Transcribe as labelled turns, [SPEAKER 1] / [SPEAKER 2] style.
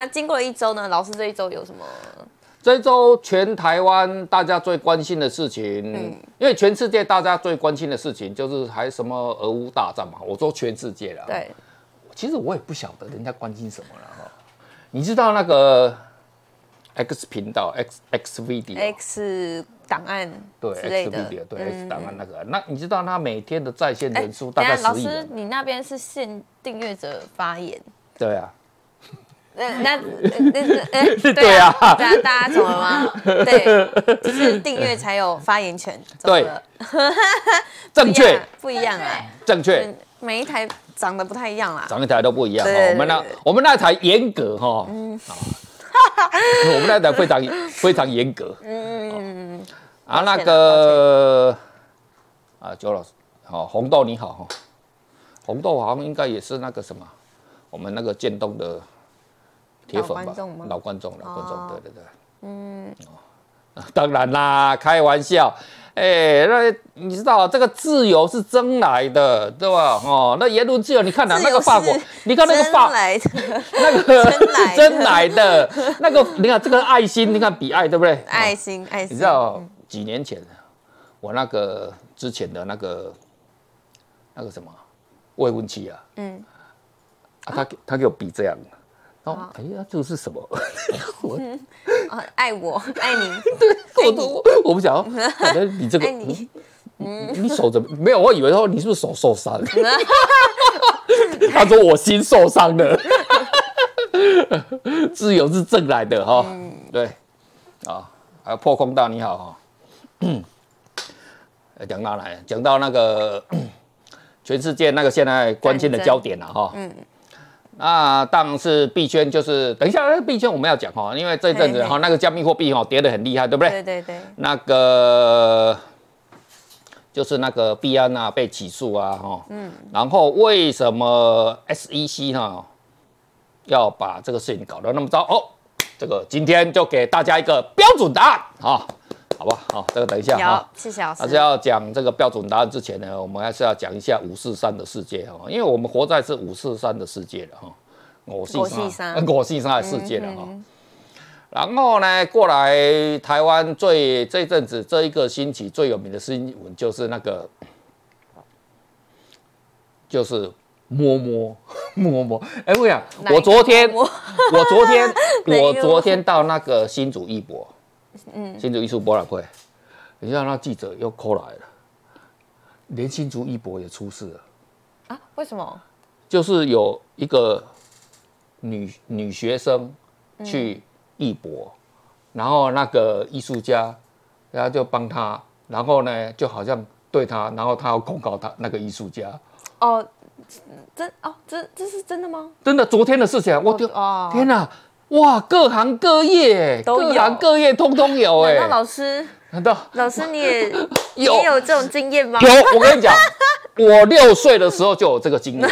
[SPEAKER 1] 那经过了一周呢，老师这一周有什么？
[SPEAKER 2] 啊这周全台湾大家最关心的事情，因为全世界大家最关心的事情就是还什么俄乌大战嘛。我说全世界了，，
[SPEAKER 1] 对，
[SPEAKER 2] 其实我也不晓得人家关心什么了哈。你知道那个 X 频道 X X video
[SPEAKER 1] X 档案
[SPEAKER 2] 对
[SPEAKER 1] 之类
[SPEAKER 2] X
[SPEAKER 1] 的。嗯
[SPEAKER 2] video 对 X 档案那个，那你知道他每天的在线人数大
[SPEAKER 1] 哎等一
[SPEAKER 2] 概
[SPEAKER 1] 下，老
[SPEAKER 2] 十亿啊
[SPEAKER 1] 师
[SPEAKER 2] 人，，
[SPEAKER 1] 你那边是限订阅者发言，
[SPEAKER 2] 对啊，
[SPEAKER 1] 那 那那那哎
[SPEAKER 2] 对啊
[SPEAKER 1] 对啊，大家懂了吗？对，就是订阅才有发言权，怎么
[SPEAKER 2] 对
[SPEAKER 1] 了，不一
[SPEAKER 2] 正
[SPEAKER 1] 样
[SPEAKER 2] 确
[SPEAKER 1] 啊不一样啊，
[SPEAKER 2] 正确。
[SPEAKER 1] 每一台长得不太一样啦。
[SPEAKER 2] 长一台都不一样哈、哦
[SPEAKER 1] 对嗯
[SPEAKER 2] 我们那
[SPEAKER 1] 对对
[SPEAKER 2] 我们那台严格哈、啊我们那台非常非常 严格。嗯啊，
[SPEAKER 1] 抱
[SPEAKER 2] 那
[SPEAKER 1] 歉啊
[SPEAKER 2] 个啊，周老师，好、红豆你好哈、哦红豆好像应该也是那个什么，我们那个渐冻的铁粉吧
[SPEAKER 1] 老观众吗，
[SPEAKER 2] 老观众，老观众，
[SPEAKER 1] 哦
[SPEAKER 2] 对对对，嗯， 当然啦，开玩笑。哎、那你知道这个自由是争来的，对吧？哦，那言论自由，你看呐、
[SPEAKER 1] 自
[SPEAKER 2] 那
[SPEAKER 1] 由
[SPEAKER 2] 个法国
[SPEAKER 1] 是，
[SPEAKER 2] 你看那个
[SPEAKER 1] 真
[SPEAKER 2] 法，
[SPEAKER 1] 来的，
[SPEAKER 2] 那个
[SPEAKER 1] 真来的
[SPEAKER 2] 真来的那个，你看这个爱心，你看比爱对不对？
[SPEAKER 1] 爱
[SPEAKER 2] 哦，
[SPEAKER 1] 心爱心，
[SPEAKER 2] 你知道几年前啊我那个之前的那个那个什么未婚妻啊，
[SPEAKER 1] 嗯
[SPEAKER 2] 嗯，啊，他给他给我比这样，然
[SPEAKER 1] 哦
[SPEAKER 2] 后哎呀，这个是什么？我
[SPEAKER 1] 啊爱我爱你，
[SPEAKER 2] 我都我不想要，反正你这个
[SPEAKER 1] 爱你，
[SPEAKER 2] 你手怎么没有？我以为说你是不是手受伤？他说我心受伤了。自由是挣来的哈、对，啊，还有破空大你好 哈、呃讲到哪里？讲到那个 全世界那个现在关心的焦点了、哈。嗯。那当然是币圈，就是等一下那哎个币圈我们要讲哈，因为这一阵子
[SPEAKER 1] 嘿
[SPEAKER 2] 哈那个加密货币哈跌得很厉害，对不对？
[SPEAKER 1] 对对对，
[SPEAKER 2] 那个就是那个币安啊被起诉啊，哈，嗯，然后为什么 SEC 哈要把这个事情搞得那么糟？哦，这个今天就给大家一个标准答案，哈，好吧，好，这个等一下
[SPEAKER 1] 有
[SPEAKER 2] 哈。
[SPEAKER 1] 谢谢老
[SPEAKER 2] 还是
[SPEAKER 1] 师，
[SPEAKER 2] 要讲这个标准答案之前呢，我们还是要讲一下五四三的世界哦哈，因为我们活在是五四三的世界了哦哈，我
[SPEAKER 1] 五
[SPEAKER 2] 是
[SPEAKER 1] 四三
[SPEAKER 2] 三，我是三的世界
[SPEAKER 1] 嗯
[SPEAKER 2] 了哈。然后呢，过来台湾最这一阵子这一个星期最有名的新闻就是那个，就是摸摸 摸摸。哎、我想
[SPEAKER 1] 哪一个
[SPEAKER 2] 我昨天
[SPEAKER 1] 摸
[SPEAKER 2] 我昨 天
[SPEAKER 1] 哪一个
[SPEAKER 2] 我
[SPEAKER 1] 摸摸
[SPEAKER 2] 昨天到那个新竹艺博，嗯，新竹艺术博览会，你知道那记者又 call 来了，连新竹艺博也出事了，
[SPEAKER 1] 啊，为什么？
[SPEAKER 2] 就是有一个女女学生
[SPEAKER 1] 嗯
[SPEAKER 2] 去艺博，然后那个艺术家，然后就帮她，然后呢就好像对她，然后她要控告她那个艺术家，
[SPEAKER 1] 哦，真哦，这这是真的吗？
[SPEAKER 2] 真的昨天的事情啊，我就、
[SPEAKER 1] 哦
[SPEAKER 2] 天哪、哇，各行各业，
[SPEAKER 1] 都有
[SPEAKER 2] 各行各业通通有哎、
[SPEAKER 1] 难道老师
[SPEAKER 2] 难道
[SPEAKER 1] 老师你也
[SPEAKER 2] 有
[SPEAKER 1] 你也有这种经验吗？
[SPEAKER 2] 有，我跟你讲，我六岁的时候就有这个经验。